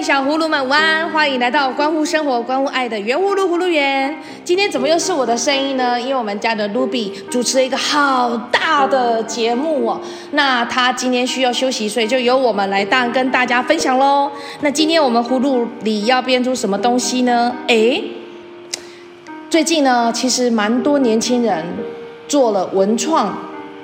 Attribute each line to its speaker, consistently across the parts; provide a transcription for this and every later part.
Speaker 1: 小葫芦们，晚安！欢迎来到关乎生活、关乎爱的圆葫芦葫芦园。今天怎么又是我的声音呢？因为我们家的 Ruby 主持了一个好大的节目哦，那她今天需要休息，所以就由我们来大跟大家分享喽。那今天我们葫芦里要变出什么东西呢？诶，最近呢，其实蛮多年轻人做了文创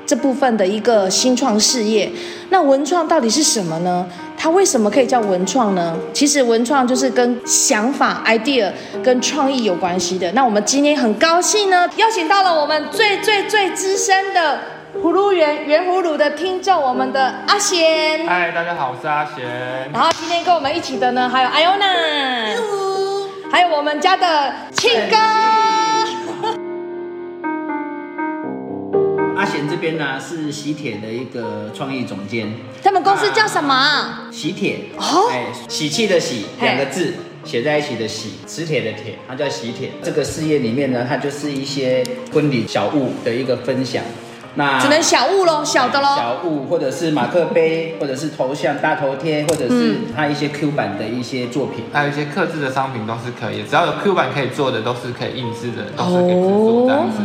Speaker 1: 这部分的一个新创事业。那文创到底是什么呢？它为什么可以叫文创呢？其实文创就是跟想法、idea 跟创意有关系的。那我们今天很高兴呢，邀请到了我们最最最资深的葫芦园圆葫芦的听众，我们的阿贤。
Speaker 2: 嗨，大家好，我是阿贤。
Speaker 1: 然后今天跟我们一起的呢，还有艾欧娜，还有我们家的庆哥。
Speaker 3: 阿贤这边呢、是喜铁的一个创意总监，
Speaker 1: 他们公司叫什么啊？
Speaker 3: 喜铁，
Speaker 1: 哦
Speaker 3: 哎，喜气的喜
Speaker 1: 嘿
Speaker 3: 两个字写在一起的喜，磁铁的铁，它叫喜铁。这个事业里面呢，它就是一些婚礼小物的一个分享，那
Speaker 1: 只能小物喽，小的喽。
Speaker 3: 小物，或者是马克杯，或者是头像、大头贴，或者是
Speaker 4: 嗯
Speaker 3: 它一些 Q 版的一些作品。
Speaker 2: 还有一些刻制的商品都是可以的，只要有 Q 版可以做的，都是可以印制的，都是可以制作这样子。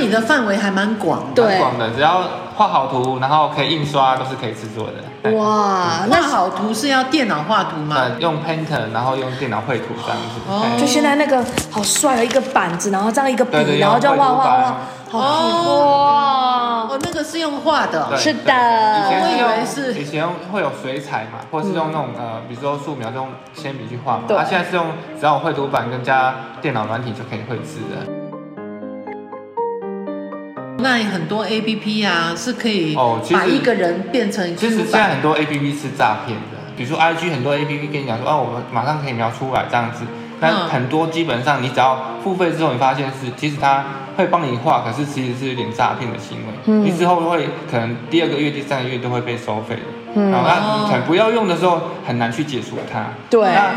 Speaker 4: 你的范围还蛮广的，
Speaker 1: 对
Speaker 2: 很，广的，只要画好图，然后可以印刷，都是可以制作的。
Speaker 1: 哇，
Speaker 4: 那
Speaker 1: 那好。
Speaker 4: 好图是要电脑画图吗？
Speaker 2: 呃，用 Painter，然后用电脑绘图这样子。
Speaker 4: 哦
Speaker 1: 就现在那个好帅哦，一个板子，然后这样一个笔
Speaker 2: 对，对
Speaker 1: 然后就画画
Speaker 2: 用
Speaker 1: 画
Speaker 2: 绘
Speaker 1: 画，好酷哇！
Speaker 4: 哦，那个是用画的
Speaker 2: 对
Speaker 4: 哦，
Speaker 1: 是
Speaker 2: 哎对
Speaker 1: 的
Speaker 2: 以前
Speaker 4: 我以为
Speaker 2: 是
Speaker 4: 是
Speaker 2: 用以前会有水彩嘛，或是用那种呃，比如说素描，就用铅笔去画嘛。
Speaker 1: 对
Speaker 2: 啊，现在是用只要有绘图板跟加电脑软体就可以绘制的。
Speaker 4: 那很多 A P P 啊是可以
Speaker 2: 哦其实
Speaker 4: 把一个人变成
Speaker 2: 其实
Speaker 4: Q
Speaker 2: 现在
Speaker 4: 版，
Speaker 2: 很多 A P P 是诈骗的，比如说 I G 很多 A P P 跟你讲说，啊，我们马上可以描出来这样子，但
Speaker 4: 嗯
Speaker 2: 很多基本上你只要付费之后，你发现是其实它会帮你画，可是其实是有点诈骗的行为，
Speaker 1: 嗯
Speaker 2: 你之后会可能第二个月、第三个月都会被收费的，
Speaker 1: 嗯
Speaker 2: 然后
Speaker 4: 哦
Speaker 2: 它可能不要用的时候很难去解除它，
Speaker 1: 对
Speaker 2: 那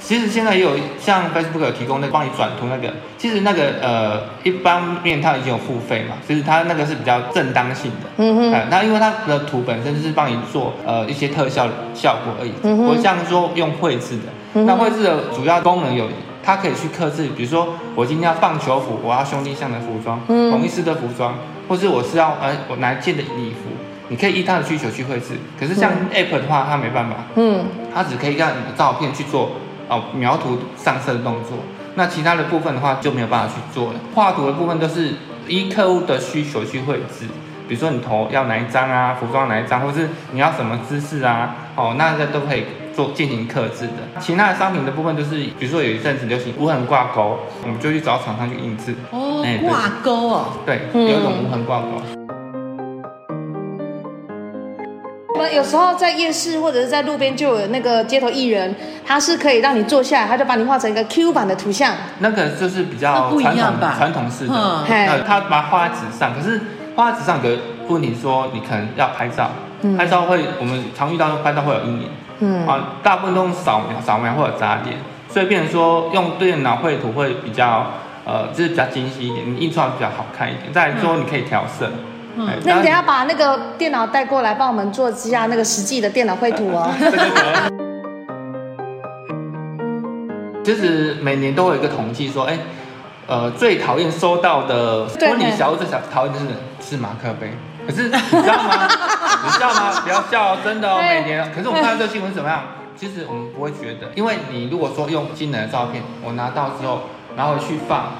Speaker 2: 其实现在也有像 Facebook 有提供那个帮你转图那个，其实那个呃，一方面它已经有付费嘛，其实它那个是比较正当性的。
Speaker 1: 嗯哼
Speaker 2: 呃那因为它的图本身就是帮你做呃一些特效的效果而已，
Speaker 1: 嗯哼嗯
Speaker 2: 不像说用绘制的。那绘制的主要功能有，它可以去克制，比如说我今天要棒球服，我要兄弟像的服装，
Speaker 1: 嗯
Speaker 2: 同一式的服装，或是我是要呃我哪一件的礼服，你可以依他的需求去绘制。可是像 App 的话，它没办法，
Speaker 1: 嗯，
Speaker 2: 它只可以让你的照片去做哦描图上色的动作，那其他的部分的话就没有办法去做了。画图的部分都是依客户的需求去绘制，比如说你头要哪一张啊，服装哪一张，或是你要什么姿势啊，哦，那个都可以做进行克制的。其他的商品的部分就是，比如说有一阵子流行无痕挂钩，我们就去找厂商去印制，
Speaker 4: 哦
Speaker 2: 哎，对
Speaker 4: 挂钩哦，
Speaker 2: 对，
Speaker 1: 嗯
Speaker 2: 有一种无痕挂钩。
Speaker 1: 我们有时候在夜市或者是在路边就有那个街头艺人，他是可以让你坐下来，他就把你画成一个 Q 版的图像。
Speaker 2: 那个就是比
Speaker 4: 那
Speaker 2: 较
Speaker 4: 不一
Speaker 2: 传
Speaker 4: 样
Speaker 2: 统
Speaker 4: 吧
Speaker 2: 传统式的，
Speaker 4: 嗯
Speaker 2: 那他把它画在纸上，可是画在纸上有个问题说，你可能要拍照，拍照会我们常遇到拍照会有阴影，
Speaker 1: 嗯
Speaker 2: 啊，大部分都用扫描扫描或者砸点，所以变成说用电脑绘图会比较呃，就是比较精细一点，你印出来比较好看一点。再来说你可以调色，哎
Speaker 4: 嗯
Speaker 1: 那你等一下把那个电脑带过来，帮我们做一下那个实际的电脑绘图哦。
Speaker 2: 这个可能 其实每年都会有一个统计说，哎、呃，最讨厌收到的
Speaker 1: 对
Speaker 2: 婚礼小物，最讨讨厌的是是马克杯。可是你知 道吗？你知道吗？不要笑哦，真的哦，
Speaker 1: 对
Speaker 2: 每年哦。可是我们看到这个新闻是怎么样？其实我们不会觉得，因为你如果说用新人的照片，我拿到之后，然后去放，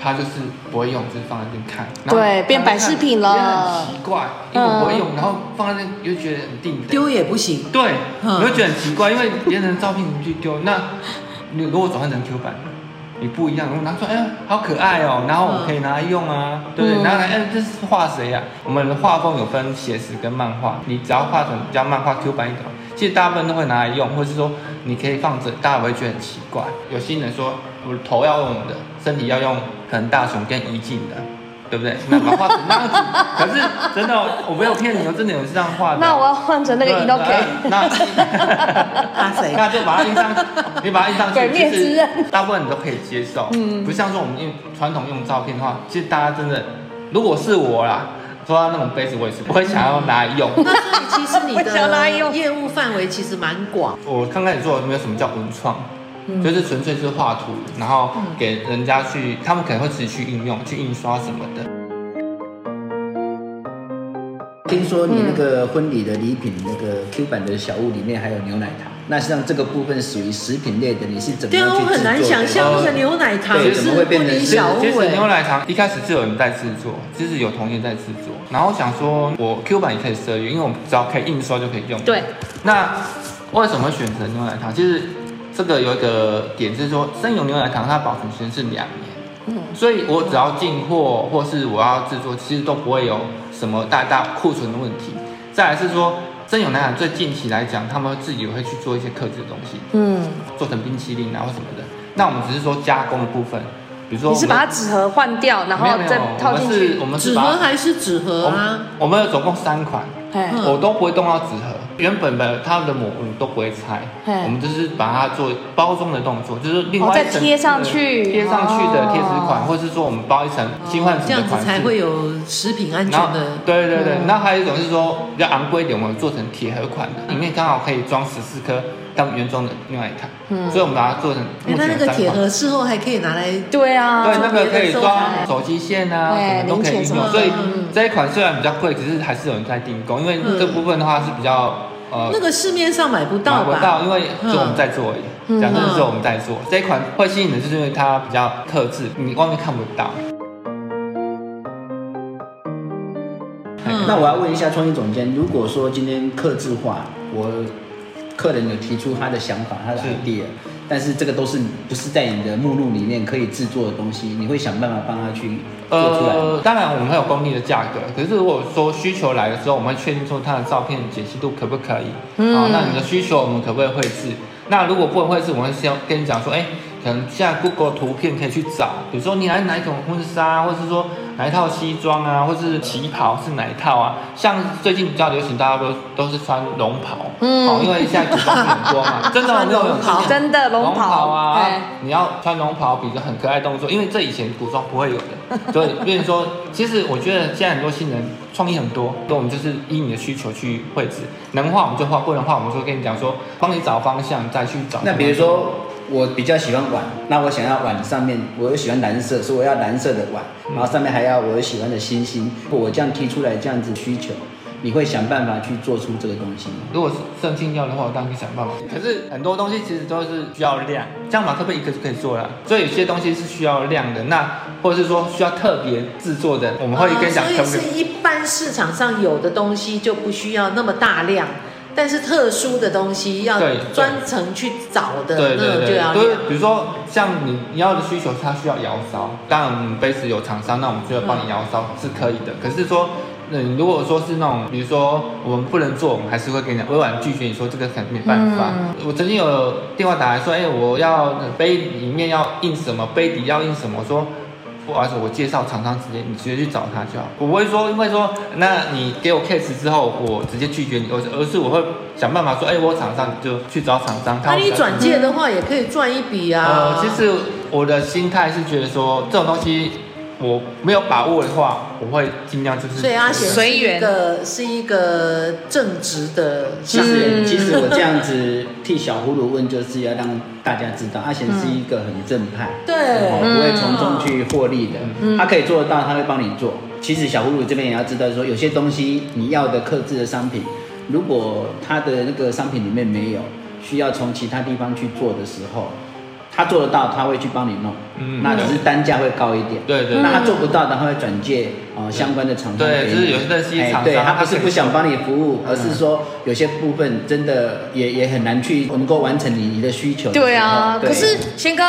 Speaker 2: 它就是不会用，就是放在那边看。然后
Speaker 1: 对变
Speaker 2: 放在
Speaker 1: 摆饰
Speaker 2: 看
Speaker 1: 品了嗯
Speaker 2: 觉得很奇怪，因为我不会用，然后放在那又觉得很定
Speaker 4: 丢也 不行，
Speaker 2: 对，
Speaker 4: 嗯
Speaker 2: 你会觉得很奇怪，因为别人的照片你去丢，那你如果转换成 Q 版，你不一样，我拿出来，哎呀，好可爱哦，然后我可以拿来用啊，对不对？
Speaker 1: 嗯
Speaker 2: 拿来，哎，这是画谁呀、我们的画风有分写实跟漫画，你只要画成比较漫画 Q 版一点，其实大部分都会拿来用，或是说你可以放着，大家不会觉得很奇怪。有些人说，我的头要用我的，身体要用可能大熊跟一静的。对不对？那把画成那样子， 可是真的哦，我没有骗你哦，真的有人这样画的。
Speaker 1: 那我要换成那个 Inoki。
Speaker 2: 那
Speaker 4: 阿啊谁
Speaker 2: 那就把它印上，你把它印上
Speaker 1: 鬼
Speaker 2: 去，
Speaker 1: 灭
Speaker 2: 其
Speaker 1: 之
Speaker 2: 实
Speaker 1: 刃
Speaker 2: 大部分你都可以接受。嗯，不像说我们用传统用照片的话，其实大家真的，如果是我啦，说到那种杯子，我也是不会想要拿来 用。
Speaker 4: 那所以其实你
Speaker 1: 我想拉
Speaker 4: 的
Speaker 1: 用
Speaker 4: 业务范围其实蛮广，
Speaker 2: 我刚开始做有没有什么叫文创，
Speaker 1: 嗯
Speaker 2: 就是纯粹是画图，然后给人家去，他们可能会自己去应用、去印刷什么的。
Speaker 3: 听说你那个婚礼的礼品那个 Q 版的小物里面还有牛奶糖，那实际上这个部分属于食品类的，你是怎么
Speaker 4: 对
Speaker 3: 样
Speaker 4: 啊，
Speaker 3: 去
Speaker 4: 我
Speaker 3: 制作的？
Speaker 4: 很难想象那个牛奶糖
Speaker 3: 对怎
Speaker 4: 是
Speaker 3: 么会变
Speaker 4: 婚
Speaker 3: 成
Speaker 4: 礼
Speaker 2: 其实
Speaker 4: 小
Speaker 2: 其
Speaker 4: 物
Speaker 1: 欸
Speaker 2: 实牛
Speaker 4: 哎，
Speaker 2: 奶糖一开始是有人在制作，就是有同业在制作。然后我想说，我 Q 版也可以设计，因为我们只要可以印刷就可以用。
Speaker 1: 对，
Speaker 2: 那为什么会选择牛奶糖？其实这个有一个点是说，生油牛奶糖它保存时间是两年，
Speaker 1: 嗯
Speaker 2: 所以我只要进货或是我要制作，其实都不会有什么大大库存的问题。再来是说，真有奶糖最近期来讲，他们自己会去做一些克制的东西，
Speaker 1: 嗯，
Speaker 2: 做成冰淇淋啊或什么的。那我们只是说加工的部分，比如说
Speaker 1: 你
Speaker 2: 我
Speaker 1: 是
Speaker 2: 们
Speaker 1: 把它纸盒换掉，然
Speaker 2: 哦没
Speaker 1: 后
Speaker 2: 有没有
Speaker 1: 再套进去
Speaker 2: 我们是，我们是
Speaker 4: 纸
Speaker 2: 把
Speaker 4: 盒还是纸盒
Speaker 2: 我们
Speaker 4: 啊？
Speaker 2: 我们有总共三款，
Speaker 1: 哎
Speaker 4: 嗯
Speaker 2: 我都不会动到纸盒，原本的它的膜我们都不会拆
Speaker 1: 嘿，
Speaker 2: 我们就是把它做包装的动作，就是另
Speaker 1: 哦
Speaker 2: 外
Speaker 1: 再
Speaker 2: 一层
Speaker 1: 贴上去
Speaker 2: 对贴上去的贴纸款，
Speaker 1: 哦
Speaker 2: 或是说我们包一层新换
Speaker 4: 哦这
Speaker 2: 纸的
Speaker 4: 样子
Speaker 2: 款
Speaker 4: 才
Speaker 2: 式。
Speaker 4: 会有食品安全
Speaker 2: 然后
Speaker 4: 的，
Speaker 2: 对对对，那还有一种是说比较昂贵一点，我们做成铁盒款的，里面刚好可以装十四颗他们原装的牛奶糖，所以我们把它做成
Speaker 4: 哎
Speaker 2: 目
Speaker 4: 那
Speaker 2: 前
Speaker 4: 那
Speaker 2: 的
Speaker 4: 个
Speaker 2: 三
Speaker 4: 铁
Speaker 2: 款。
Speaker 4: 盒事后还可以拿来
Speaker 1: 对啊，
Speaker 2: 对，那个可以装
Speaker 4: 别的收藏
Speaker 2: 手机线啊，
Speaker 1: 对
Speaker 2: 什么都可以
Speaker 1: 零钱什
Speaker 2: 用
Speaker 1: 么。
Speaker 4: 的
Speaker 2: 所以
Speaker 4: 嗯
Speaker 2: 这一款虽然比较贵，只是还是有人在订购，因为
Speaker 4: 嗯
Speaker 2: 这部分的话是比较呃
Speaker 4: 那个市面上买不
Speaker 2: 买
Speaker 4: 到
Speaker 2: 不
Speaker 4: 吧？嗯
Speaker 2: 到，因为只有我们在做而已。讲真的，只有我们在做。这一款会吸引的，就是因为它比较克制，你外面看不到。
Speaker 4: 嗯
Speaker 3: 那我要问一下创意总监，如果说今天客制化，我客人有提出他的想法，他的
Speaker 2: 是
Speaker 3: idea，但是这个都是不是在你的目录里面可以制作的东西，你会想办法帮他去做出来吗。
Speaker 2: 呃，当然我们会有公定的价格，可是如果说需求来的时候，我们会确定说它的照片解析度可不可以？
Speaker 1: 嗯
Speaker 2: 好，那你的需求我们可不可以绘制？那如果不能绘制，我们会先跟你讲说，哎、可能现在 Google 图片可以去找，比如说你来哪一种婚纱，啊或是说哪一套西装啊，或是旗袍是哪一套啊？像最近比较流行，大家都都是穿龙袍，
Speaker 1: 嗯
Speaker 2: 哦，因为现在古装很多嘛，真的哦
Speaker 4: 穿
Speaker 2: 很多
Speaker 4: 龙袍
Speaker 1: 真的龙
Speaker 2: 龙
Speaker 1: 袍
Speaker 2: 啊
Speaker 1: 哎，
Speaker 2: 你要穿龙袍，比着很可爱动作，因为这以前古装不会有 的，所以变成说，其实我觉得现在很多新人创意很多，那我们就是依你的需求去绘制，能画我们就画，不能画我们就跟你讲说，帮你找方向，再去找。
Speaker 3: 那比如，说我比较喜欢碗，那我想要碗上面我又喜欢蓝色，所以我要蓝色的碗，
Speaker 2: 嗯
Speaker 3: 然后上面还要我喜欢的星星。我这样提出来这样子需求，你会想办法去做出这个东西吗？
Speaker 2: 如果是圣经要的话，我当然可以想办法。可是很多东西其实都是需要量，像马克杯一个就可以做了，所以有些东西是需要量的，那或者是说需要特别制作的，我们会跟你讲
Speaker 1: 哦
Speaker 4: 啊
Speaker 2: 可
Speaker 4: 所
Speaker 2: 不
Speaker 4: 以
Speaker 2: 可以
Speaker 4: 是一般市场上有的东西就不需要那么大量，但是特殊的东西要
Speaker 2: 对对
Speaker 4: 专程去找的，
Speaker 2: 对对
Speaker 4: 那种就
Speaker 2: 对
Speaker 4: 要，
Speaker 2: 就是
Speaker 4: 量
Speaker 2: 比如说像你你要的需求，它需要摇烧，当然我们杯子有厂商，那我们就要帮
Speaker 4: 嗯
Speaker 2: 你摇烧是可以的。可是说，嗯，如果说是那种，比如说我们不能做，我们还是会跟你讲委婉拒绝你说这个可能没办法。
Speaker 4: 嗯
Speaker 2: 我曾经有电话打来说，哎、我要杯里面要印什么，杯底要印什么，我说。不好意思，我介绍厂商直接，你直接去找他就好。我不会说，因为说，那你给我 case 之后，我直接拒绝你，而而是我会想办法说，哎、我有厂商你就去找厂商。他会
Speaker 4: 那啊你
Speaker 2: 找
Speaker 4: 转介的话也可以赚一笔啊
Speaker 2: 呃，。其实我的心态是觉得说，这种东西我没有把握的话，我会尽量就是。
Speaker 4: 所以阿贤是
Speaker 1: 随
Speaker 4: 一
Speaker 1: 缘
Speaker 4: 个是一个正直的
Speaker 3: 其
Speaker 4: 商人，
Speaker 3: 实，其实我这样子替小葫芦问，就是要让大家知道，阿贤是一个很正派，
Speaker 4: 对
Speaker 3: 哦
Speaker 1: 嗯
Speaker 3: 不会从中去获利
Speaker 2: 嗯
Speaker 3: 的，他可以做得到，他会帮你做。其实小葫芦这边也要知道说，有些东西你要的克制的商品，如果他的那个商品里面没有，需要从其他地方去做的时候，他做得到，他会去帮你弄，
Speaker 2: 嗯
Speaker 3: 那只是单价会高一点。
Speaker 2: 对对
Speaker 3: 那
Speaker 2: 对
Speaker 3: 他做不到的，他会转介呃相关的厂商
Speaker 2: 对
Speaker 3: 给你。
Speaker 2: 就是有些西
Speaker 3: 哎
Speaker 2: 厂商
Speaker 3: 对他
Speaker 2: 他
Speaker 3: 不是
Speaker 2: 可以嗯
Speaker 3: 不想帮你服务，而是说有些部分真的也也很难去能够完成你你的需求的时候。
Speaker 1: 对啊，
Speaker 3: 对
Speaker 1: 可是贤哥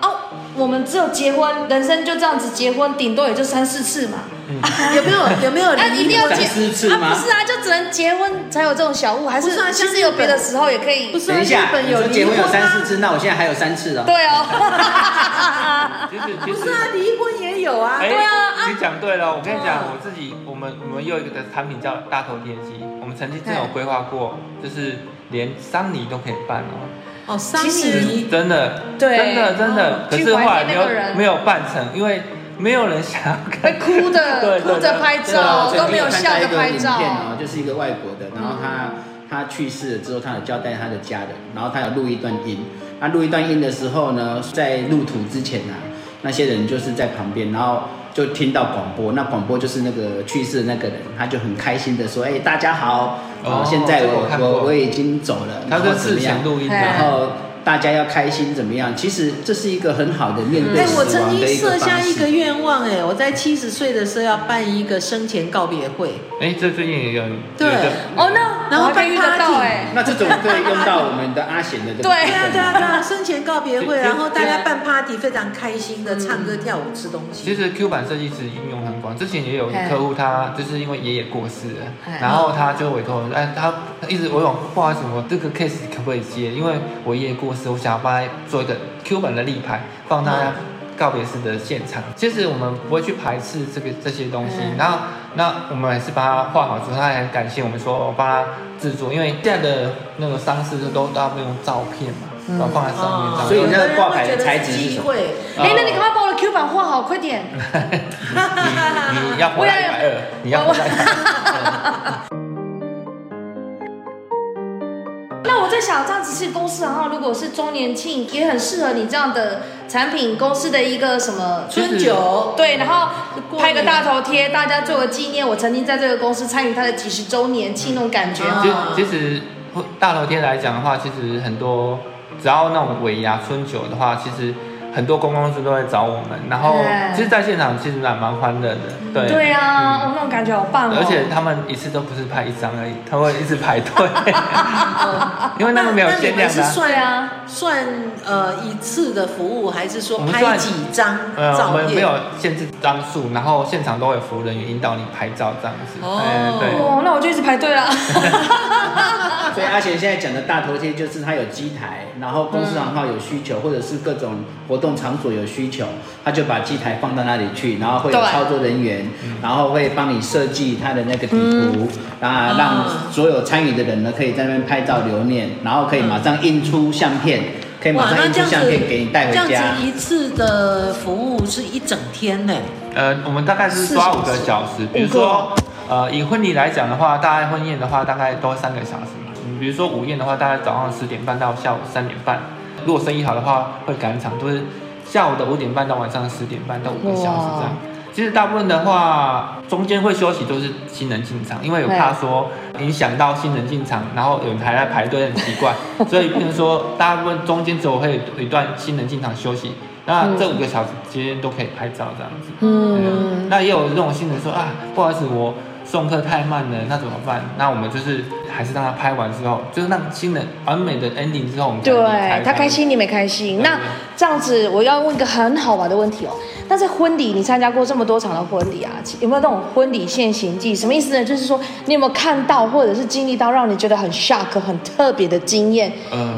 Speaker 1: 哦，我们只有结婚，人生就这样子，结婚顶多也就三四次嘛，
Speaker 4: 嗯有没有有没有
Speaker 1: 啊，
Speaker 4: 离
Speaker 1: 一定要结
Speaker 3: 三四次吗
Speaker 1: 啊，不是啊，就只能结婚才有这种小物，还
Speaker 4: 不
Speaker 1: 是
Speaker 4: 是啊
Speaker 1: 其
Speaker 4: 像
Speaker 1: 实有
Speaker 4: 日
Speaker 1: 别
Speaker 4: 本
Speaker 1: 的时候也可以
Speaker 4: 不，是啊
Speaker 3: 等一下
Speaker 4: 日，本
Speaker 3: 你
Speaker 4: 有
Speaker 3: 说结婚
Speaker 4: 离
Speaker 3: 有
Speaker 4: 婚
Speaker 3: 三
Speaker 4: 啊
Speaker 3: 四次，那我现在还有三次哦。
Speaker 1: 对啊哦，
Speaker 2: 其实其
Speaker 4: 不
Speaker 2: 实
Speaker 4: 是啊，离婚也有啊。
Speaker 2: 哎、
Speaker 1: 对啊
Speaker 2: 你讲对了。我跟你讲
Speaker 4: 嗯，
Speaker 2: 我自己，我们我们又有一个产品叫大头贴机，我们曾经真的有规划过，就是连丧礼都可以办哦。
Speaker 4: 哦，丧
Speaker 1: 其实
Speaker 4: 礼
Speaker 2: 真的，
Speaker 1: 嗯对
Speaker 2: 真的真的
Speaker 1: 哦，
Speaker 2: 可是后来没
Speaker 1: 去怀念那个人
Speaker 2: 有没有办成，因为没有人想要看。
Speaker 1: 会 哭的
Speaker 2: 对对
Speaker 1: 哭着拍照，
Speaker 3: 对
Speaker 1: 都没有
Speaker 3: 我最近
Speaker 1: 笑着
Speaker 3: 看到
Speaker 1: 拍
Speaker 3: 一个
Speaker 1: 照
Speaker 3: 影。片哦，就是一个外国的，然后他、他去世了之后，他有交代他的家人，然后他有录一段音。那录一段音的时候呢，在入土之前啊，那些人就是在旁边，然后就听到广播，那广播就是那个去世的那个人，他就很开心的说：“哎、大家好，
Speaker 2: 哦
Speaker 3: 哦、现在
Speaker 2: 这个我
Speaker 3: 我
Speaker 2: 看过
Speaker 3: 我我已经走了，
Speaker 2: 他
Speaker 3: 然后
Speaker 2: 是
Speaker 3: 怎
Speaker 2: 事
Speaker 3: 么样
Speaker 2: 前？录音的，
Speaker 1: 哎
Speaker 3: 然后大家要开心怎么样？其实这是一个很好的面对
Speaker 4: 哎，
Speaker 3: 死
Speaker 4: 我
Speaker 3: 亡
Speaker 4: 曾经
Speaker 3: 的一个
Speaker 4: 设下
Speaker 3: 方
Speaker 4: 一个
Speaker 3: 式。
Speaker 4: 愿望，哎，我在七十岁的时候要办一个生前告别会，
Speaker 2: 哎，这最近也有
Speaker 4: 对
Speaker 2: 有一个
Speaker 1: 哦，那
Speaker 4: 然后
Speaker 1: 我还没遇得
Speaker 4: 办 party
Speaker 1: 到哎，
Speaker 3: 那这种可以用到我们的阿贤的这个
Speaker 1: 对
Speaker 4: 对啊对啊对啊，生前告别会，
Speaker 2: 对
Speaker 4: 然后大家办 party 非常开心的唱歌跳舞吃东
Speaker 2: 其
Speaker 4: 西，
Speaker 2: 实 Q 版设计师应用很广，之前也有
Speaker 1: 哎
Speaker 2: 客户，他就是因为爷爷过世了
Speaker 1: 哎，
Speaker 2: 然后他就委托我说，哎，他他一直我有不好意思，我这个 case 可不可以接？因为我爷爷过世，我想要帮他做一个 Q 版的立牌，放他告别式的现场。其实我们不会去排斥这个这些东西
Speaker 1: 嗯，
Speaker 2: 然后那我们也是帮他画好之后，他也很感谢我们说我帮他制作，因为现在的那个丧事都都要用照片嘛，然后放在上面，
Speaker 4: 哦
Speaker 2: 照
Speaker 3: 所以
Speaker 2: 片。
Speaker 4: 有
Speaker 3: 那个
Speaker 4: 的人
Speaker 3: 挂
Speaker 4: 会
Speaker 3: 牌
Speaker 4: 觉
Speaker 3: 的
Speaker 4: 得
Speaker 3: 材
Speaker 4: 是
Speaker 3: 质是
Speaker 4: 机
Speaker 3: 什么
Speaker 4: 会，
Speaker 1: 哎，那你赶快把我的 Q 版画好，快点。
Speaker 2: 你要活到一百二，你要活到一百二。
Speaker 1: 那我在想，这样子是公司，然后如果是周年庆，也很适合你这样的产品公司的一个什么。
Speaker 4: 春酒，
Speaker 1: 对，然后拍个大头贴，大家做个纪念。我曾经在这个公司参与它的几十周年庆那种感觉，
Speaker 4: 嗯
Speaker 2: 其
Speaker 4: 啊
Speaker 2: 其实大头贴来讲的话，其实很多只要那种尾牙春酒的话，其实很多公关公司都会找我们，然后
Speaker 1: 对
Speaker 2: 其实，在现场其实蛮蛮欢乐的，
Speaker 4: 嗯
Speaker 2: 对。
Speaker 1: 对啊，哦，那种感觉好棒哦。
Speaker 2: 而且他们一次都不是拍一张而已，他会一直排队， 因为那个没有
Speaker 4: 哦那你
Speaker 2: 限
Speaker 4: 们
Speaker 2: 量的
Speaker 4: 是
Speaker 2: 啊、
Speaker 1: 对
Speaker 4: 算
Speaker 1: 啊，
Speaker 4: 算呃一次的服务，还是说
Speaker 2: 我们
Speaker 4: 拍
Speaker 2: 算
Speaker 4: 几张
Speaker 2: 呃，我
Speaker 4: 照
Speaker 2: 们没
Speaker 4: 片
Speaker 2: 有？限制张数，然后现场都会有服务人员引导你拍照这样子。
Speaker 4: 哦
Speaker 2: 哎对，
Speaker 1: 哦，那我就一直排队了。
Speaker 3: 所以阿贤现在讲的大头贴就是他有机台，然后公司行号有需求，或者是各种活动场所有需求，他就把机台放到那里去，然后会有
Speaker 1: 对
Speaker 3: 操作人员，
Speaker 4: 嗯
Speaker 3: 然后会帮你设计他的那个底图，啊、
Speaker 4: 啊
Speaker 3: 让所有参与的人呢可以在那边拍照留念，然后可以马上印出相片，可以马
Speaker 4: 哇，
Speaker 3: 上
Speaker 4: 那
Speaker 3: 印
Speaker 4: 这
Speaker 3: 出
Speaker 4: 样
Speaker 3: 相
Speaker 4: 子
Speaker 3: 片给你带回
Speaker 4: 这样
Speaker 3: 家
Speaker 4: 子。一次的服务是一整天呢，
Speaker 2: 呃，我们大概是抓五个小时，比如说，呃，以婚礼来讲的话，大概婚宴的话大概都三个小时嘛。嗯比如说午宴的话，大概早上十点半到下午三点半。如果生意好的话，会赶场，都是下午的五点半到晚上十点半到五个小时这
Speaker 1: 哇
Speaker 2: 样。其实大部分的话，中间会休息都是新人进场，因为有
Speaker 1: 对
Speaker 2: 怕说影响到新人进场，然后有人还在排队很奇怪，所以变成说大部分中间只有会有一段新人进场休息。那这五个小时之间都可以拍照这样子。嗯，那也有这种新人说啊，不好意思，我送客太慢了，那怎么办？那我们就是还是让他拍完之后，就是让新人完美的 ending 之后，我们才离开
Speaker 1: 对他开。心，你没开心。那这样子，我要问一个很好玩的问题哦。那在婚礼，你参加过这么多场的婚礼啊，有没有那种婚礼现行记？什么意思呢？就是说，你有没有看到或者是经历到让你觉得很 shock、很特别的经验，
Speaker 2: 呃，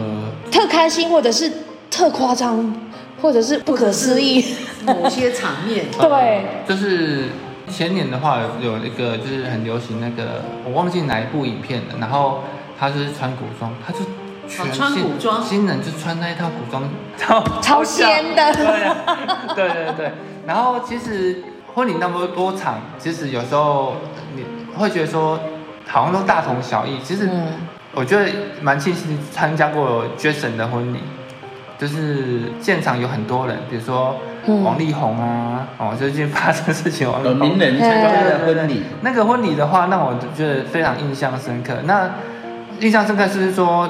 Speaker 1: 特开心，或者是特夸张，或者是不可思议？
Speaker 4: 某些场面
Speaker 1: 对，
Speaker 2: 就是前年的话有有一个就是很流行那个，我忘记哪一部影片了，然后他就是穿古装，他就全
Speaker 4: 哦穿
Speaker 2: 新
Speaker 4: 古装
Speaker 2: 新人就穿那一套古装，超
Speaker 1: 超仙的
Speaker 2: 对啊对对对。然后其实婚礼那么多场，其实有时候你会觉得说好像都大同小异，其实
Speaker 1: 嗯，
Speaker 2: 我觉得蛮庆幸参加过 Jason 的婚礼，就是现场有很多人，比如说
Speaker 1: 嗯
Speaker 2: 王力宏啊，哦，最近发生事情，王力
Speaker 3: 有呃名
Speaker 2: 宏。
Speaker 3: 人参加他的婚礼，
Speaker 2: 那个婚礼的话，让我觉得非常印象深刻。那印象深刻是说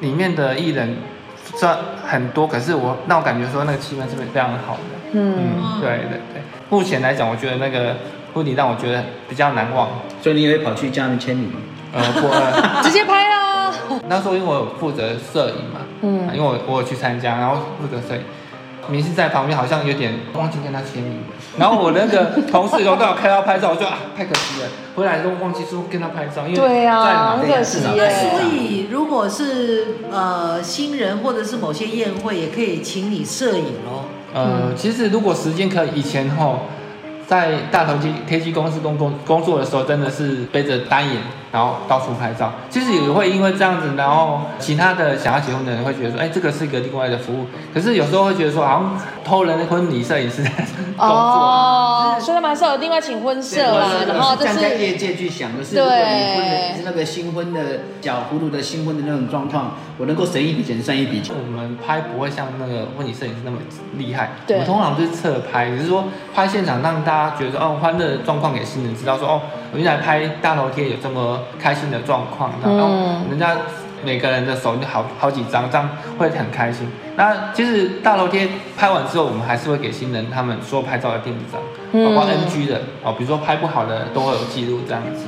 Speaker 2: 里面的艺人虽然很多，可是我让我感觉说那个气氛是非常好的。嗯，对对对。目前来讲，我觉得那个婚礼让我觉得比较难忘。
Speaker 3: 所以你也会跑去叫他们签名。
Speaker 2: 呃，不，呃
Speaker 1: 直接拍啊啦。
Speaker 2: 那时候因为我有负责摄影嘛，
Speaker 1: 嗯
Speaker 2: 嗯，因为我我有去参加，然后负责摄影，明星在旁边好像有点忘记跟他签名，然后我那个同事有刚好看到拍照，我就啊太可惜了，回来都忘记说跟他拍照，因为
Speaker 1: 对
Speaker 2: 在
Speaker 1: 啊，
Speaker 2: 忙
Speaker 1: 很可惜
Speaker 4: 那
Speaker 1: 耶。
Speaker 4: 所以，如果是呃新人或者是某些宴会，也可以请你摄影哦喽。
Speaker 2: 呃，其实如果时间可以，以前吼，在大头机贴机公司工工工作的时候，真的是背着单眼然后到处拍照。其实也会因为这样子，然后其他的想要结婚的人会觉得说，哎，这个是一个另外的服务。可是有时候会觉得说，好像偷人的婚礼摄影师的 啊工作。啊
Speaker 1: 哦，所以他们还是有另外请婚社啦，然后就
Speaker 3: 站在
Speaker 1: 是
Speaker 3: 业界去想，就是
Speaker 1: 对
Speaker 3: 如果你婚的是那个新婚的小葫芦的新婚的那种状况，我能够省一笔钱算一笔钱。
Speaker 2: 我们拍不会像那个婚礼摄影师那么厉害，
Speaker 1: 对
Speaker 2: 我们通常就是侧拍，只是说拍现场让大家觉得说哦欢乐的状况给新人知道说哦，我原来拍大头贴有这么开心的状况，然后
Speaker 1: 嗯
Speaker 2: 人家每个人的手就好好几张，这样会很开心。那其实大头贴拍完之后，我们还是会给新人他们所有拍照的电子档，包括
Speaker 1: 嗯
Speaker 2: NG 的哦，比如说拍不好的都会有记录这样子。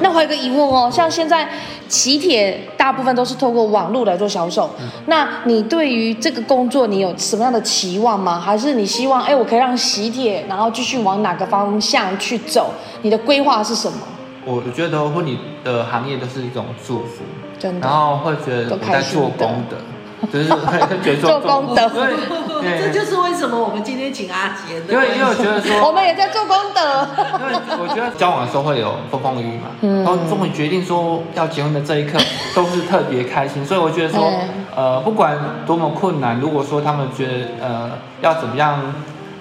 Speaker 1: 那我还有一个疑问哦，像现在喜帖大部分都是透过网络来做销售，
Speaker 2: 嗯
Speaker 1: 那你对于这个工作你有什么样的期望吗？还是你希望哎，我可以让喜帖，然后继续往哪个方向去走？你的规划是什么？
Speaker 2: 我觉得婚礼的行业都是一种祝福，
Speaker 1: 真的
Speaker 2: 然后会觉得我在做功德，就是 会觉得
Speaker 1: 做功德
Speaker 2: 对对，
Speaker 4: 这就是为什么我们今天请阿杰的
Speaker 2: 因
Speaker 4: 关
Speaker 2: 为
Speaker 4: 系，
Speaker 2: 因为我觉得
Speaker 1: 我
Speaker 2: 说，
Speaker 1: 们也在做功 德。
Speaker 2: 因为我觉得交往的时候会有风风雨雨嘛，
Speaker 1: 嗯
Speaker 2: 然后终于决定说要结婚的这一刻都是特别开心，所以我觉得说
Speaker 1: 嗯，
Speaker 2: 呃，不管多么困难，如果说他们觉得呃要怎么样。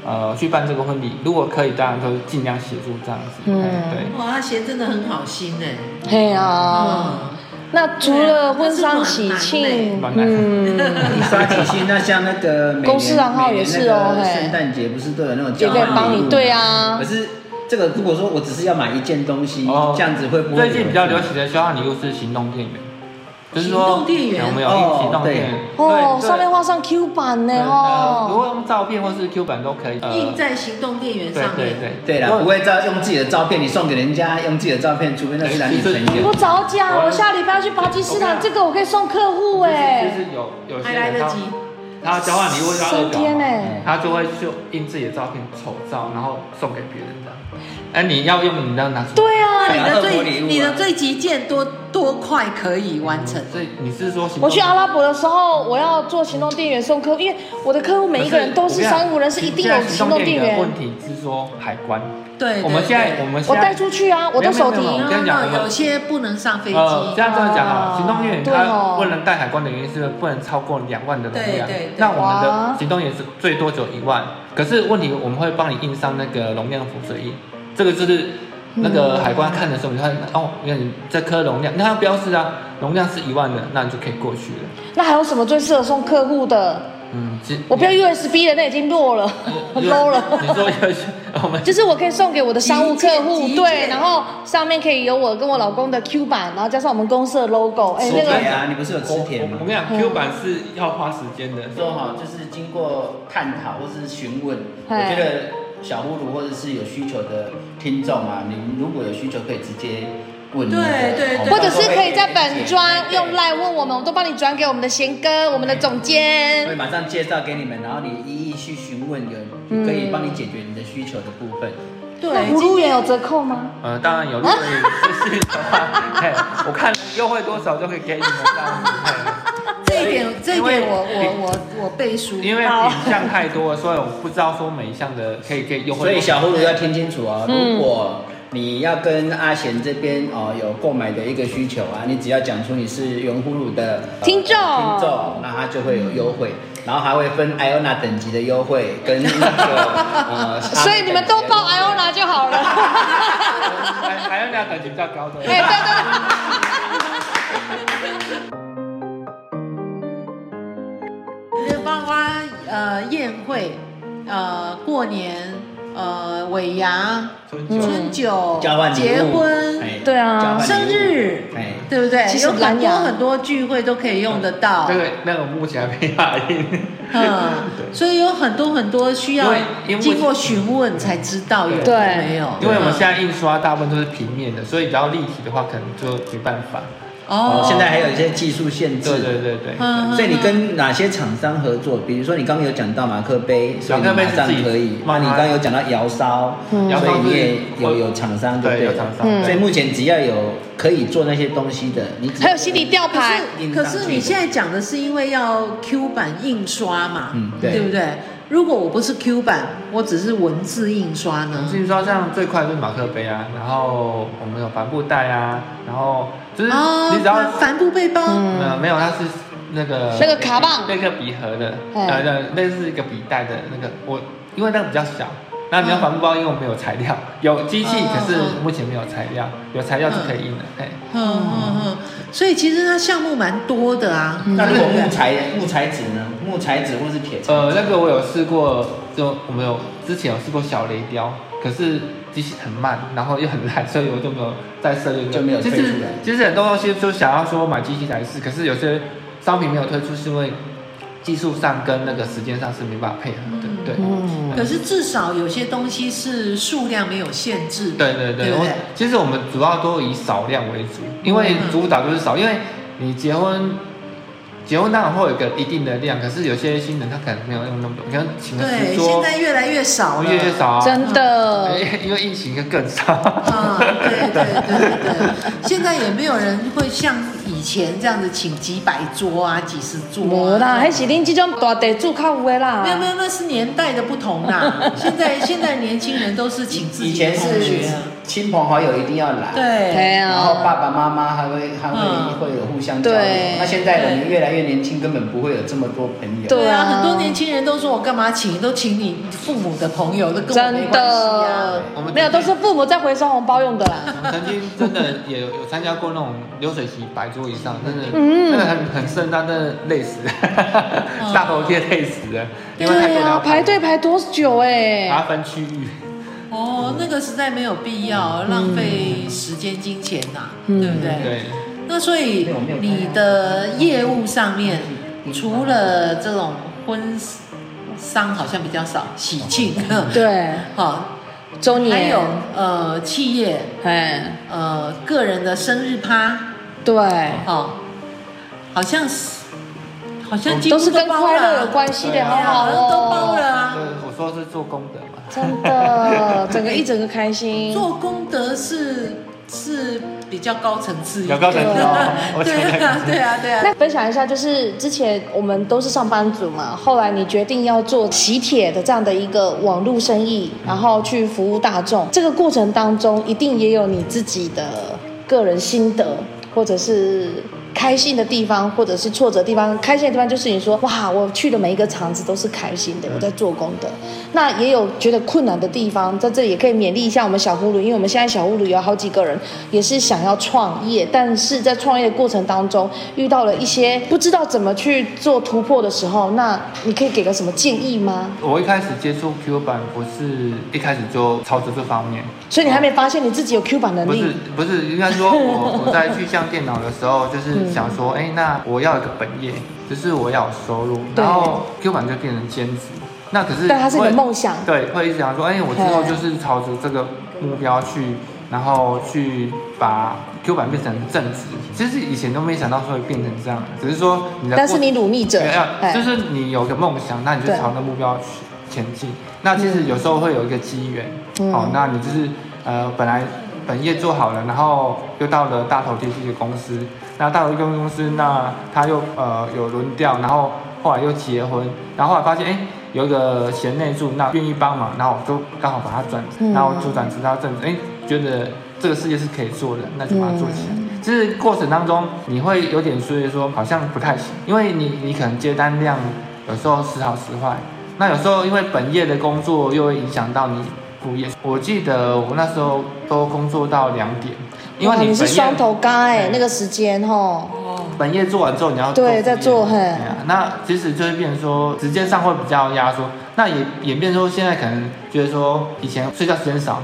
Speaker 2: 呃，去办这个婚礼，如果可以，当然就尽量协助这样子。
Speaker 1: 嗯
Speaker 2: 嗯，对。
Speaker 4: 哇，阿杰真的很好心哎、
Speaker 1: 嘿啊，
Speaker 4: 嗯，
Speaker 1: 那除了婚丧喜
Speaker 2: 哎
Speaker 1: 庆，
Speaker 2: 暖男
Speaker 1: 嗯，
Speaker 3: 你刷几星？那像那个每年
Speaker 1: 公司行号也是哦
Speaker 3: 每年那个
Speaker 1: 嘿
Speaker 3: 圣诞节不是都有那种
Speaker 1: 也
Speaker 3: 交
Speaker 1: 可以
Speaker 3: 换
Speaker 1: 帮
Speaker 3: 礼
Speaker 1: 你
Speaker 3: 物吗
Speaker 1: 对。 啊
Speaker 3: 可。是这个如果说我只是要买一件东西，
Speaker 2: 哦
Speaker 3: 这样子会不会
Speaker 2: 最近比较流行的交换礼物是行动电源，就是说
Speaker 4: 行动电源
Speaker 2: 我们有
Speaker 3: 哦
Speaker 2: 行动电源
Speaker 3: 对，
Speaker 1: 哦，
Speaker 2: 对
Speaker 1: 上面。画上 Q 版呢
Speaker 2: 对呃如
Speaker 1: 哦，
Speaker 2: 果用照片或是 Q 版都可以。呃
Speaker 4: 印在行动电源
Speaker 2: 对
Speaker 4: 上
Speaker 2: 对
Speaker 4: 面。
Speaker 2: 对
Speaker 3: 对啦，不会照用自己的照片，你送给人家用自己的照片，除非那是男女朋
Speaker 2: 对
Speaker 1: 你
Speaker 3: 友
Speaker 1: 不。早讲，我下礼拜要去巴基斯坦，这个我可以送客户
Speaker 2: 就
Speaker 1: 哎，
Speaker 2: 是有有些
Speaker 4: 还来
Speaker 2: 人
Speaker 4: 得
Speaker 2: 他
Speaker 4: 及，
Speaker 2: 他交换礼物要
Speaker 1: 三
Speaker 2: 二
Speaker 1: 天
Speaker 2: 九，
Speaker 1: 哎，
Speaker 2: 他就会就印自己的照片丑照，然后送给别人这样。哎，你要用你要拿出。
Speaker 1: 对啊，
Speaker 4: 那你的
Speaker 3: 恶魔礼
Speaker 4: 最
Speaker 3: 物啊
Speaker 4: 你的最极限多多快可以完成？
Speaker 2: 嗯所以你是说行动
Speaker 1: 我去阿拉伯的时候，我要做行动电源送客户，因为我的客户每一个人都是商务人士，一定有行动电
Speaker 2: 电源。
Speaker 1: 源
Speaker 2: 问。题是说海关，
Speaker 4: 对，
Speaker 2: 我们
Speaker 4: 对
Speaker 2: 现在我们
Speaker 1: 我
Speaker 2: 现
Speaker 1: 带
Speaker 2: 在
Speaker 1: 出去啊，我的手提。
Speaker 2: 没有没有没有我跟你讲
Speaker 4: 那
Speaker 2: 我们
Speaker 4: 有些不能上飞机，
Speaker 2: 呃，这样这样讲
Speaker 1: 哦
Speaker 2: 啊，行动电源
Speaker 1: 对哦
Speaker 2: 它不能带海关的原因是不能超过两万的容量。
Speaker 4: 对对对
Speaker 2: 那我们
Speaker 1: 哇
Speaker 2: 的行动电源是最多只有一万，可是问题我们会帮你印上那个容量浮水印，这个就是那个海关看的时候，你看哦，原来你这颗容量，那它标示啊，容量是一万的，那你就可以过去了。
Speaker 1: 那还有什么最适合送客户的？
Speaker 2: 嗯，其
Speaker 1: 我不要 USB 的，那已经弱 了，low 了。
Speaker 2: 你说有些哦我们
Speaker 1: 就是我可以送给我的商务客 户
Speaker 4: 极，简极
Speaker 1: 对，
Speaker 4: 简
Speaker 1: 然后上面可以有我跟我老公的 Q 版，然后加上我们公司的 logo，哎、
Speaker 3: 磁
Speaker 1: 那
Speaker 3: 铁
Speaker 1: 个
Speaker 3: 啊，你不是有磁铁
Speaker 2: 我
Speaker 3: 吗
Speaker 2: 我？跟你讲，Q 版是要花时间的，
Speaker 3: 说哈，就是经过探讨或是询问，我
Speaker 1: 嗨
Speaker 3: 觉得小葫芦或者是有需求的听众啊，你如果有需求可以直接问那个哦
Speaker 4: 对对
Speaker 3: 我们
Speaker 4: 对
Speaker 1: 或者是可以在本专
Speaker 3: 对
Speaker 1: 用赖问我们，我都帮你转给我们的贤哥，我们的总监
Speaker 3: 会。马上介绍给你们，然后你一一去询问，有
Speaker 1: 嗯
Speaker 3: 就可以帮你解决你的需求的部分。
Speaker 1: 那
Speaker 4: 对，
Speaker 1: 葫芦也有折扣吗？
Speaker 2: 呃，当然有这个资讯的
Speaker 4: 啊
Speaker 2: 话，嘿，我看优惠多少就可以给你们这样子。嘿
Speaker 4: 这一点这一
Speaker 2: 因为
Speaker 4: 点我我我我背书，
Speaker 2: 因为
Speaker 1: 好
Speaker 2: 品项太多，所以我不知道说每一项的可以可以优惠。
Speaker 3: 所以小葫芦要听清楚哦，
Speaker 1: 嗯
Speaker 3: 如果你要跟阿贤这边哦有购买的一个需求啊，你只要讲出你是圆葫芦的呃
Speaker 1: 听众
Speaker 3: 听众，那他就会有优惠，然后还会分艾欧娜等级的优惠跟那个 呃，
Speaker 1: 所以你们都报 Iona 就好了。
Speaker 2: 还还有两等级比较高的。
Speaker 1: 哎、对对对。
Speaker 4: 包括呃宴会、呃过年、呃尾牙、
Speaker 2: 春
Speaker 1: 嗯
Speaker 2: 酒
Speaker 4: 春酒、
Speaker 3: 交换礼物
Speaker 4: 结婚、
Speaker 3: 哎
Speaker 1: 对啊
Speaker 3: 交换礼物
Speaker 4: 生日
Speaker 3: 哎，
Speaker 4: 对不对？
Speaker 1: 其实
Speaker 4: 有很
Speaker 1: 蓝
Speaker 4: 多
Speaker 1: 牙
Speaker 4: 很多聚会都可以用得到
Speaker 2: 这，个那个目前还没答应。
Speaker 4: 嗯，所以有很多很多需要
Speaker 2: 因为因为
Speaker 4: 经过询问才知道有
Speaker 1: 对
Speaker 4: 没有，
Speaker 2: 因为我们
Speaker 4: 嗯
Speaker 2: 现在印刷大部分都是平面的，所以比较立体的话，可能就没办法。
Speaker 3: 哦
Speaker 4: 哦，
Speaker 3: 现在还有一些技术限制。
Speaker 2: 对对对对。
Speaker 4: 嗯，
Speaker 3: 所以你跟哪些厂商合作？比如说你刚刚有讲到马克杯，所以你
Speaker 2: 马克杯
Speaker 3: 马
Speaker 2: 是
Speaker 3: 上
Speaker 2: 自己
Speaker 3: 可以。那
Speaker 2: 慢
Speaker 3: 你
Speaker 2: 慢
Speaker 3: 刚刚有讲到窑烧，
Speaker 1: 嗯
Speaker 3: 所以你也有有厂商对
Speaker 2: 对
Speaker 3: 不对
Speaker 2: 有厂商。
Speaker 1: 嗯
Speaker 3: 所
Speaker 2: 对
Speaker 3: 以目前只要有可以做那些东西的，你只
Speaker 1: 还有心理吊牌，
Speaker 4: 可是可是你现在讲的是因为要 Q 版印刷嘛，
Speaker 3: 嗯对
Speaker 4: 不对？如果我不是 Q 版，我只是文字印刷呢？
Speaker 2: 至于说像最快就是马克杯啊，然后我们有帆布袋啊，然后就是你只要、
Speaker 4: 哦，帆布背包，
Speaker 2: 呃没有，它是那个
Speaker 1: 嗯那个卡棒
Speaker 2: 那个笔盒的，
Speaker 1: 嗯
Speaker 2: 呃那类似一个笔袋的那个我，因为那个比较小。那你要帆布包，因为我们有材料，有机器，
Speaker 4: 嗯
Speaker 2: 可是
Speaker 4: 嗯
Speaker 2: 目前没有材料，有材料是可以印的。哎嘿，
Speaker 4: 嗯嗯嗯，所以其实它项目蛮多的啊。
Speaker 2: 嗯
Speaker 3: 那如果木材木材纸呢？木材纸或是铁材？
Speaker 2: 呃，那个我有试过，就我们有之前有试过小雷雕，可是机器很慢，然后又很烂，所以我就没有再设定。
Speaker 3: 就没有
Speaker 2: 其
Speaker 3: 推
Speaker 2: 实
Speaker 3: 出来
Speaker 2: 其实很多东西就想要说买机器来试，可是有些商品没有推出，是因为技术上跟那个时间上是没办法配合的。对，
Speaker 1: 嗯，
Speaker 4: 可是至少有些东西是数量没有限制的，
Speaker 2: 对对对，
Speaker 4: 对不
Speaker 2: 我
Speaker 4: 对？
Speaker 2: 其实我们主要都以少量为主，因为
Speaker 4: 嗯
Speaker 2: 主导就是少，因为你结婚。结婚当然会有一个一定的量，可是有些新人他可能没有用那么多，可能请个
Speaker 4: 对，
Speaker 2: 十
Speaker 4: 现
Speaker 2: 桌，
Speaker 4: 在越来越少了，
Speaker 2: 越来越少啊，
Speaker 1: 真的，
Speaker 2: 因为疫情更 少。
Speaker 4: 啊，对对对对，现在也没有人会像以前这样子请几百桌啊、几十桌、
Speaker 1: 无
Speaker 4: 啊。
Speaker 1: 啦，迄是恁这种大地主较有的啦
Speaker 4: 没。有没有，那是年代的不同啦。现在现在年轻人都是请自
Speaker 3: 以
Speaker 4: 己的
Speaker 3: 前
Speaker 4: 同
Speaker 3: 是
Speaker 4: 学啊，
Speaker 3: 亲朋好友一定要来，
Speaker 4: 对，
Speaker 1: 对
Speaker 3: 然后
Speaker 1: 啊，
Speaker 3: 爸爸妈妈还会还
Speaker 4: 嗯
Speaker 3: 会会有互相交流
Speaker 1: 对。
Speaker 3: 那现在的人越来越年轻，根本不会有这么多朋友。
Speaker 1: 对啊
Speaker 4: 啊，很多年轻人都说我干嘛请，都请你父母的朋友，都跟我没
Speaker 1: 真
Speaker 4: 关系啊
Speaker 1: 的。
Speaker 2: 我们，
Speaker 1: 没有，都是父母在回收红包用的啦。
Speaker 2: 我曾经真的也有有参加过那种流水席百桌以上，真的，
Speaker 1: 嗯
Speaker 2: 那个很很盛大，真的累死，
Speaker 4: 嗯
Speaker 2: 大头贴累死了，啊因为太多
Speaker 1: 对
Speaker 2: 人
Speaker 1: 啊，
Speaker 2: 要
Speaker 1: 排队排多久哎、
Speaker 2: 还要分区域，
Speaker 4: 哦，那个实在没有必要，浪费时间金钱呐、
Speaker 1: 嗯
Speaker 4: 对不对？
Speaker 2: 对，
Speaker 4: 那所以你的业务上面，除了这种婚丧好像比较少，喜庆，
Speaker 1: 对，
Speaker 4: 好，
Speaker 1: 周年，
Speaker 4: 还有呃企业
Speaker 1: 哎，
Speaker 4: 呃个人的生日趴，
Speaker 1: 对，
Speaker 4: 哦，好像是好像几乎
Speaker 1: 哦都是跟
Speaker 4: 包
Speaker 1: 快乐有
Speaker 4: 了
Speaker 1: 关系
Speaker 2: 对
Speaker 1: 的，
Speaker 2: 啊
Speaker 1: 好
Speaker 4: 哎呀
Speaker 1: 好哦，
Speaker 4: 都包了，啊。
Speaker 2: 呃我说是做功德嘛，
Speaker 1: 真 的，整个一整个开心。
Speaker 4: 做功德是是比较高层次一
Speaker 2: 有
Speaker 4: 点，
Speaker 2: 高层次哦，我承
Speaker 4: 对
Speaker 2: 认。
Speaker 4: 啊，对啊，对啊。
Speaker 1: 那分享一下，就是之前我们都是上班族嘛，后来你决定要做喜帖的这样的一个网络生意，然后去服务大众，这个过程当中一定也有你自己的个人心得，或者是。开心的地方，或者是挫折的地方，开心的地方就是你说哇，啊我去的每一个场子都是开心
Speaker 2: 嗯
Speaker 1: 的，我在做工的。那也有觉得困难的地方，在这里也可以勉励一下我们小葫芦，因为我们现在小葫芦有好几个人也是想要创业，但是在创业的过程当中遇到了一些不知道怎么去做突破的时候，那你可以给个什么建议吗？
Speaker 2: 我一开始接触 Q 版不是一开始就朝着这方面，
Speaker 1: 所以你还没发现你自己有 Q 版能
Speaker 2: 不是
Speaker 1: 力，
Speaker 2: 不是，应该说我 我在去向电脑的时候，就是想说，哎、那我要有一个本业，就是我要有收入，
Speaker 1: 对
Speaker 2: 然后 Q 版就变成兼职。那可是，
Speaker 1: 但它是你的，梦想。
Speaker 2: 对，会一直想说，哎、我之后就是朝着这个目标去，然后去把 Q 版变成正职。其实以前都没想到说会变成这样，只是说你的过，
Speaker 1: 但是你努力着，
Speaker 2: 对
Speaker 1: 哎
Speaker 2: 就是你有个梦想，那你就
Speaker 1: 对
Speaker 2: 朝那目标去前进。那其实有时候会有一个机缘，
Speaker 1: 嗯
Speaker 2: 哦，那你就是呃本来本业做好了，然后又到了大头贴这些公司，那大头贴公司那他又呃有轮调，然后后来又结婚，然后后来发现哎。有一个贤内助，那愿意帮忙，然后我就刚好把他转，
Speaker 1: 嗯
Speaker 2: 然后就转职到正职，哎，觉得这个事业是可以做的，那就把它做起来。
Speaker 1: 嗯
Speaker 2: 其实过程当中，你会有点所以说好像不太行，因为你你可能接单量有时候时好时坏，那有时候因为本业的工作又会影响到你副业。我记得我那时候都工作到两点，因为
Speaker 1: 哇
Speaker 2: 你
Speaker 1: 你
Speaker 2: 本
Speaker 1: 是双
Speaker 2: 业嗯
Speaker 1: 头咖哎，
Speaker 2: 对
Speaker 1: 那个时间吼，
Speaker 2: 本业做完之后你要
Speaker 1: 对
Speaker 2: 副业
Speaker 1: 再做嘿
Speaker 2: 对啊，那其实就会变成说时间上会比较压缩，那也也变成说现在可能觉得说以前睡觉时间少。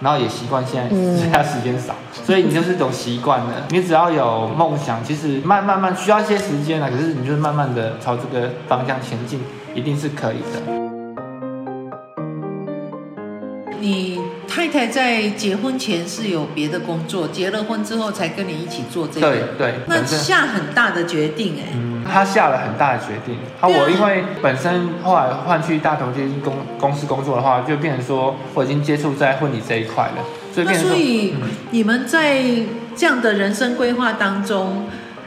Speaker 2: 然后也习惯现在
Speaker 1: 嗯
Speaker 2: 睡觉时间少，所以你就是一种习惯了。你只要有梦想，其实慢慢慢需要一些时间啊，可是你就是慢慢的朝这个方向前进，一定是可以的。
Speaker 4: 你太太在结婚前是有别的工作，结了婚之后才跟你一起做这
Speaker 2: 对
Speaker 4: 个，
Speaker 2: 对，
Speaker 4: 那
Speaker 2: 反正
Speaker 4: 下很大的决定哎、
Speaker 2: 嗯，他下了很大的决定。啊，
Speaker 4: 对啊
Speaker 2: 我因为本身后来换去大头贴公公司工作的话，就变成说我已经接触在婚礼这一块了，所以
Speaker 4: 那
Speaker 2: 变成说
Speaker 4: 所以你们在这样的人生规划当中，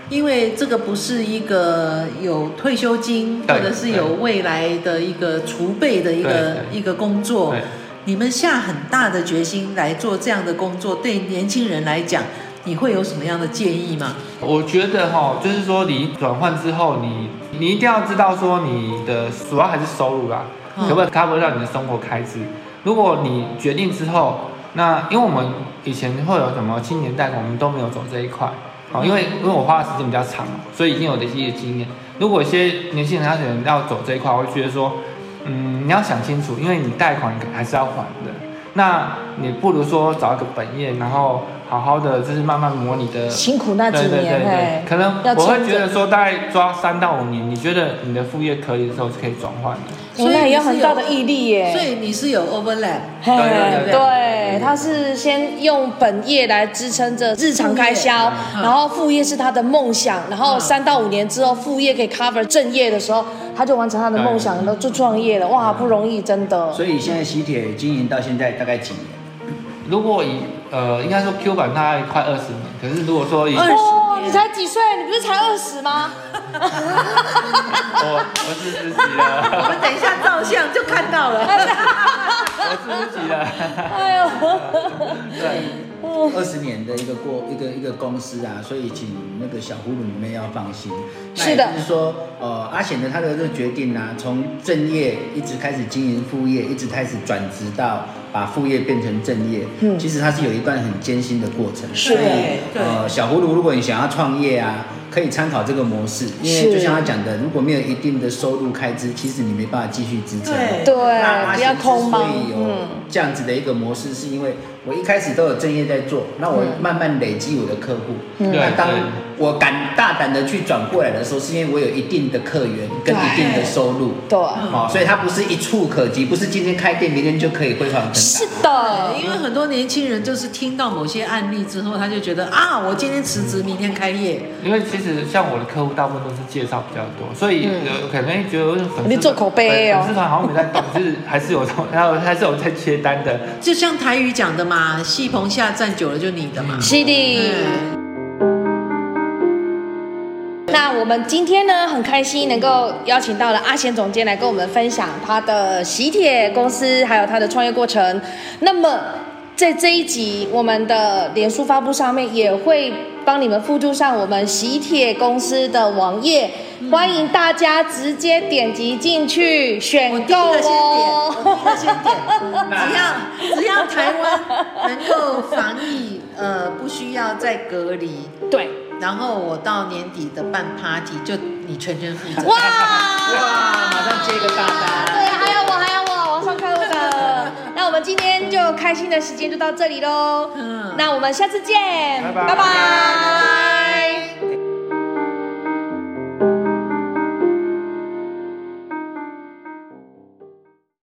Speaker 4: 因为这个不是一个有退休金
Speaker 2: 对
Speaker 4: 或者是有未来的一个储备的一个
Speaker 2: 对对
Speaker 4: 一个工作
Speaker 2: 对，
Speaker 4: 你们下很大的决心来做这样的工作，对年轻人来讲，你会有什么样的建议吗？
Speaker 2: 我觉得哈，就是说你转换之后你，你一定要知道说你的主要还是收入啦，
Speaker 4: 嗯
Speaker 2: 可不可以 cover 到你的生活开支？如果你决定之后，那因为我们以前会有什么青年贷款，我们都没有走这一块，哦，因为因为我花的时间比较长，所以已经有累积的经验。如果有些年轻人他可能要走这一块，我会觉得说，嗯，你要想清楚，因为你贷款还是要还的。那你不如说找一个本业，然后好好的就是慢慢磨你的
Speaker 1: 辛苦那几
Speaker 2: 对对对
Speaker 1: 年，
Speaker 2: 对
Speaker 1: 哎，，
Speaker 2: 可能
Speaker 1: 要
Speaker 2: 我会
Speaker 1: 撑
Speaker 2: 觉
Speaker 1: 着
Speaker 2: 得说大概抓三到五年，你觉得你的副业可以的时候是可以转换的。
Speaker 1: 我嗯那也要很大的毅力耶。
Speaker 4: 所以你是有 overlap，
Speaker 1: 嘿
Speaker 2: 对对对
Speaker 1: 对，他是先用本业来支撑着日常开销，
Speaker 4: 嗯
Speaker 1: 然后副业是他的梦想，然后三到五年之后副业可以 cover 正业的时候，他就完成他的梦想，然后就创业了，哇，不容易，真的。
Speaker 3: 所以现在喜铁经营到现在大概几年？
Speaker 2: 如果以呃，应该说 Q 版大概快二十年，可是如果说以
Speaker 4: 二十
Speaker 1: 哦，
Speaker 4: 年
Speaker 1: 你才几岁？你不是才二十吗？
Speaker 2: 我我是自己了，
Speaker 4: 我们等一下照相就看到了。
Speaker 2: 我是自己了。
Speaker 1: 哎呦，哦
Speaker 3: 二十年的一个过一个一个公司啊，所以请那个小葫芦你们要放心。
Speaker 1: 是的
Speaker 3: 那也就是说，呃，阿显的他的这个决定啊，从正业一直开始经营副业，一直开始转职到把副业变成正业，嗯，其实它是有一段很艰辛的过程。
Speaker 1: 是的
Speaker 3: 所以
Speaker 4: 对
Speaker 3: 呃，小葫芦，如果你想要创业啊，可以参考这个模式，因为
Speaker 1: 是
Speaker 3: 就像他讲的，如果没有一定的收入开支，其实你没办法继续支撑。
Speaker 4: 对
Speaker 1: 对
Speaker 3: 那，阿
Speaker 1: 不要
Speaker 3: 贤之
Speaker 1: 呃空
Speaker 3: 所
Speaker 1: 忙，
Speaker 3: 以哦有
Speaker 1: 嗯，
Speaker 3: 这样子的一个模式，是因为我一开始都有正业在做，那我
Speaker 1: 嗯
Speaker 3: 慢慢累积我的客户。
Speaker 2: 嗯
Speaker 3: 那当
Speaker 2: 对对
Speaker 3: 我敢大胆的去转过来的时候，是因为我有一定的客源跟一定的收入。
Speaker 1: 对，
Speaker 3: 哦，所以它不是一触可及，不是今天开店，明天就可以辉煌腾
Speaker 1: 是
Speaker 3: 达。
Speaker 1: 的，
Speaker 4: 因为很多年轻人就是听到某些案例之后，他就觉得啊，我今天辞职，明天开业，
Speaker 2: 因为其实像我的客户大部分都是介绍比较多，所以有可能觉得粉丝
Speaker 1: 嗯你做口碑哦
Speaker 2: 粉丝团好像没在动，就是还是有，还有还是有在接单的。
Speaker 4: 就像台语讲的嘛，戏棚下站久了就你的嘛。
Speaker 1: 是的。
Speaker 4: 嗯，
Speaker 1: 那我们今天呢，很开心能够邀请到了阿贤总监来跟我们分享他的喜帖公司，还有他的创业过程。那么在这一集我们的脸书发布上面也会帮你们附注上我们喜帖公司的网页，
Speaker 4: 嗯
Speaker 1: 欢迎大家直接点击进去选
Speaker 4: 我第一
Speaker 1: 购
Speaker 4: 个先点，
Speaker 1: 哦。
Speaker 4: 我第一个先 点，只要只要台湾能够防疫，呃，不需要再隔离，
Speaker 1: 对，
Speaker 4: 然后我到年底的办 party 就你全权负责。
Speaker 1: 哇，
Speaker 3: 哇，马上接一个大单。
Speaker 1: 对，还有我，还有我，往上看我的。那我们今天就开心的时间就到这里喽，
Speaker 4: 嗯
Speaker 1: 那我们下次见，
Speaker 2: 拜拜
Speaker 1: 拜拜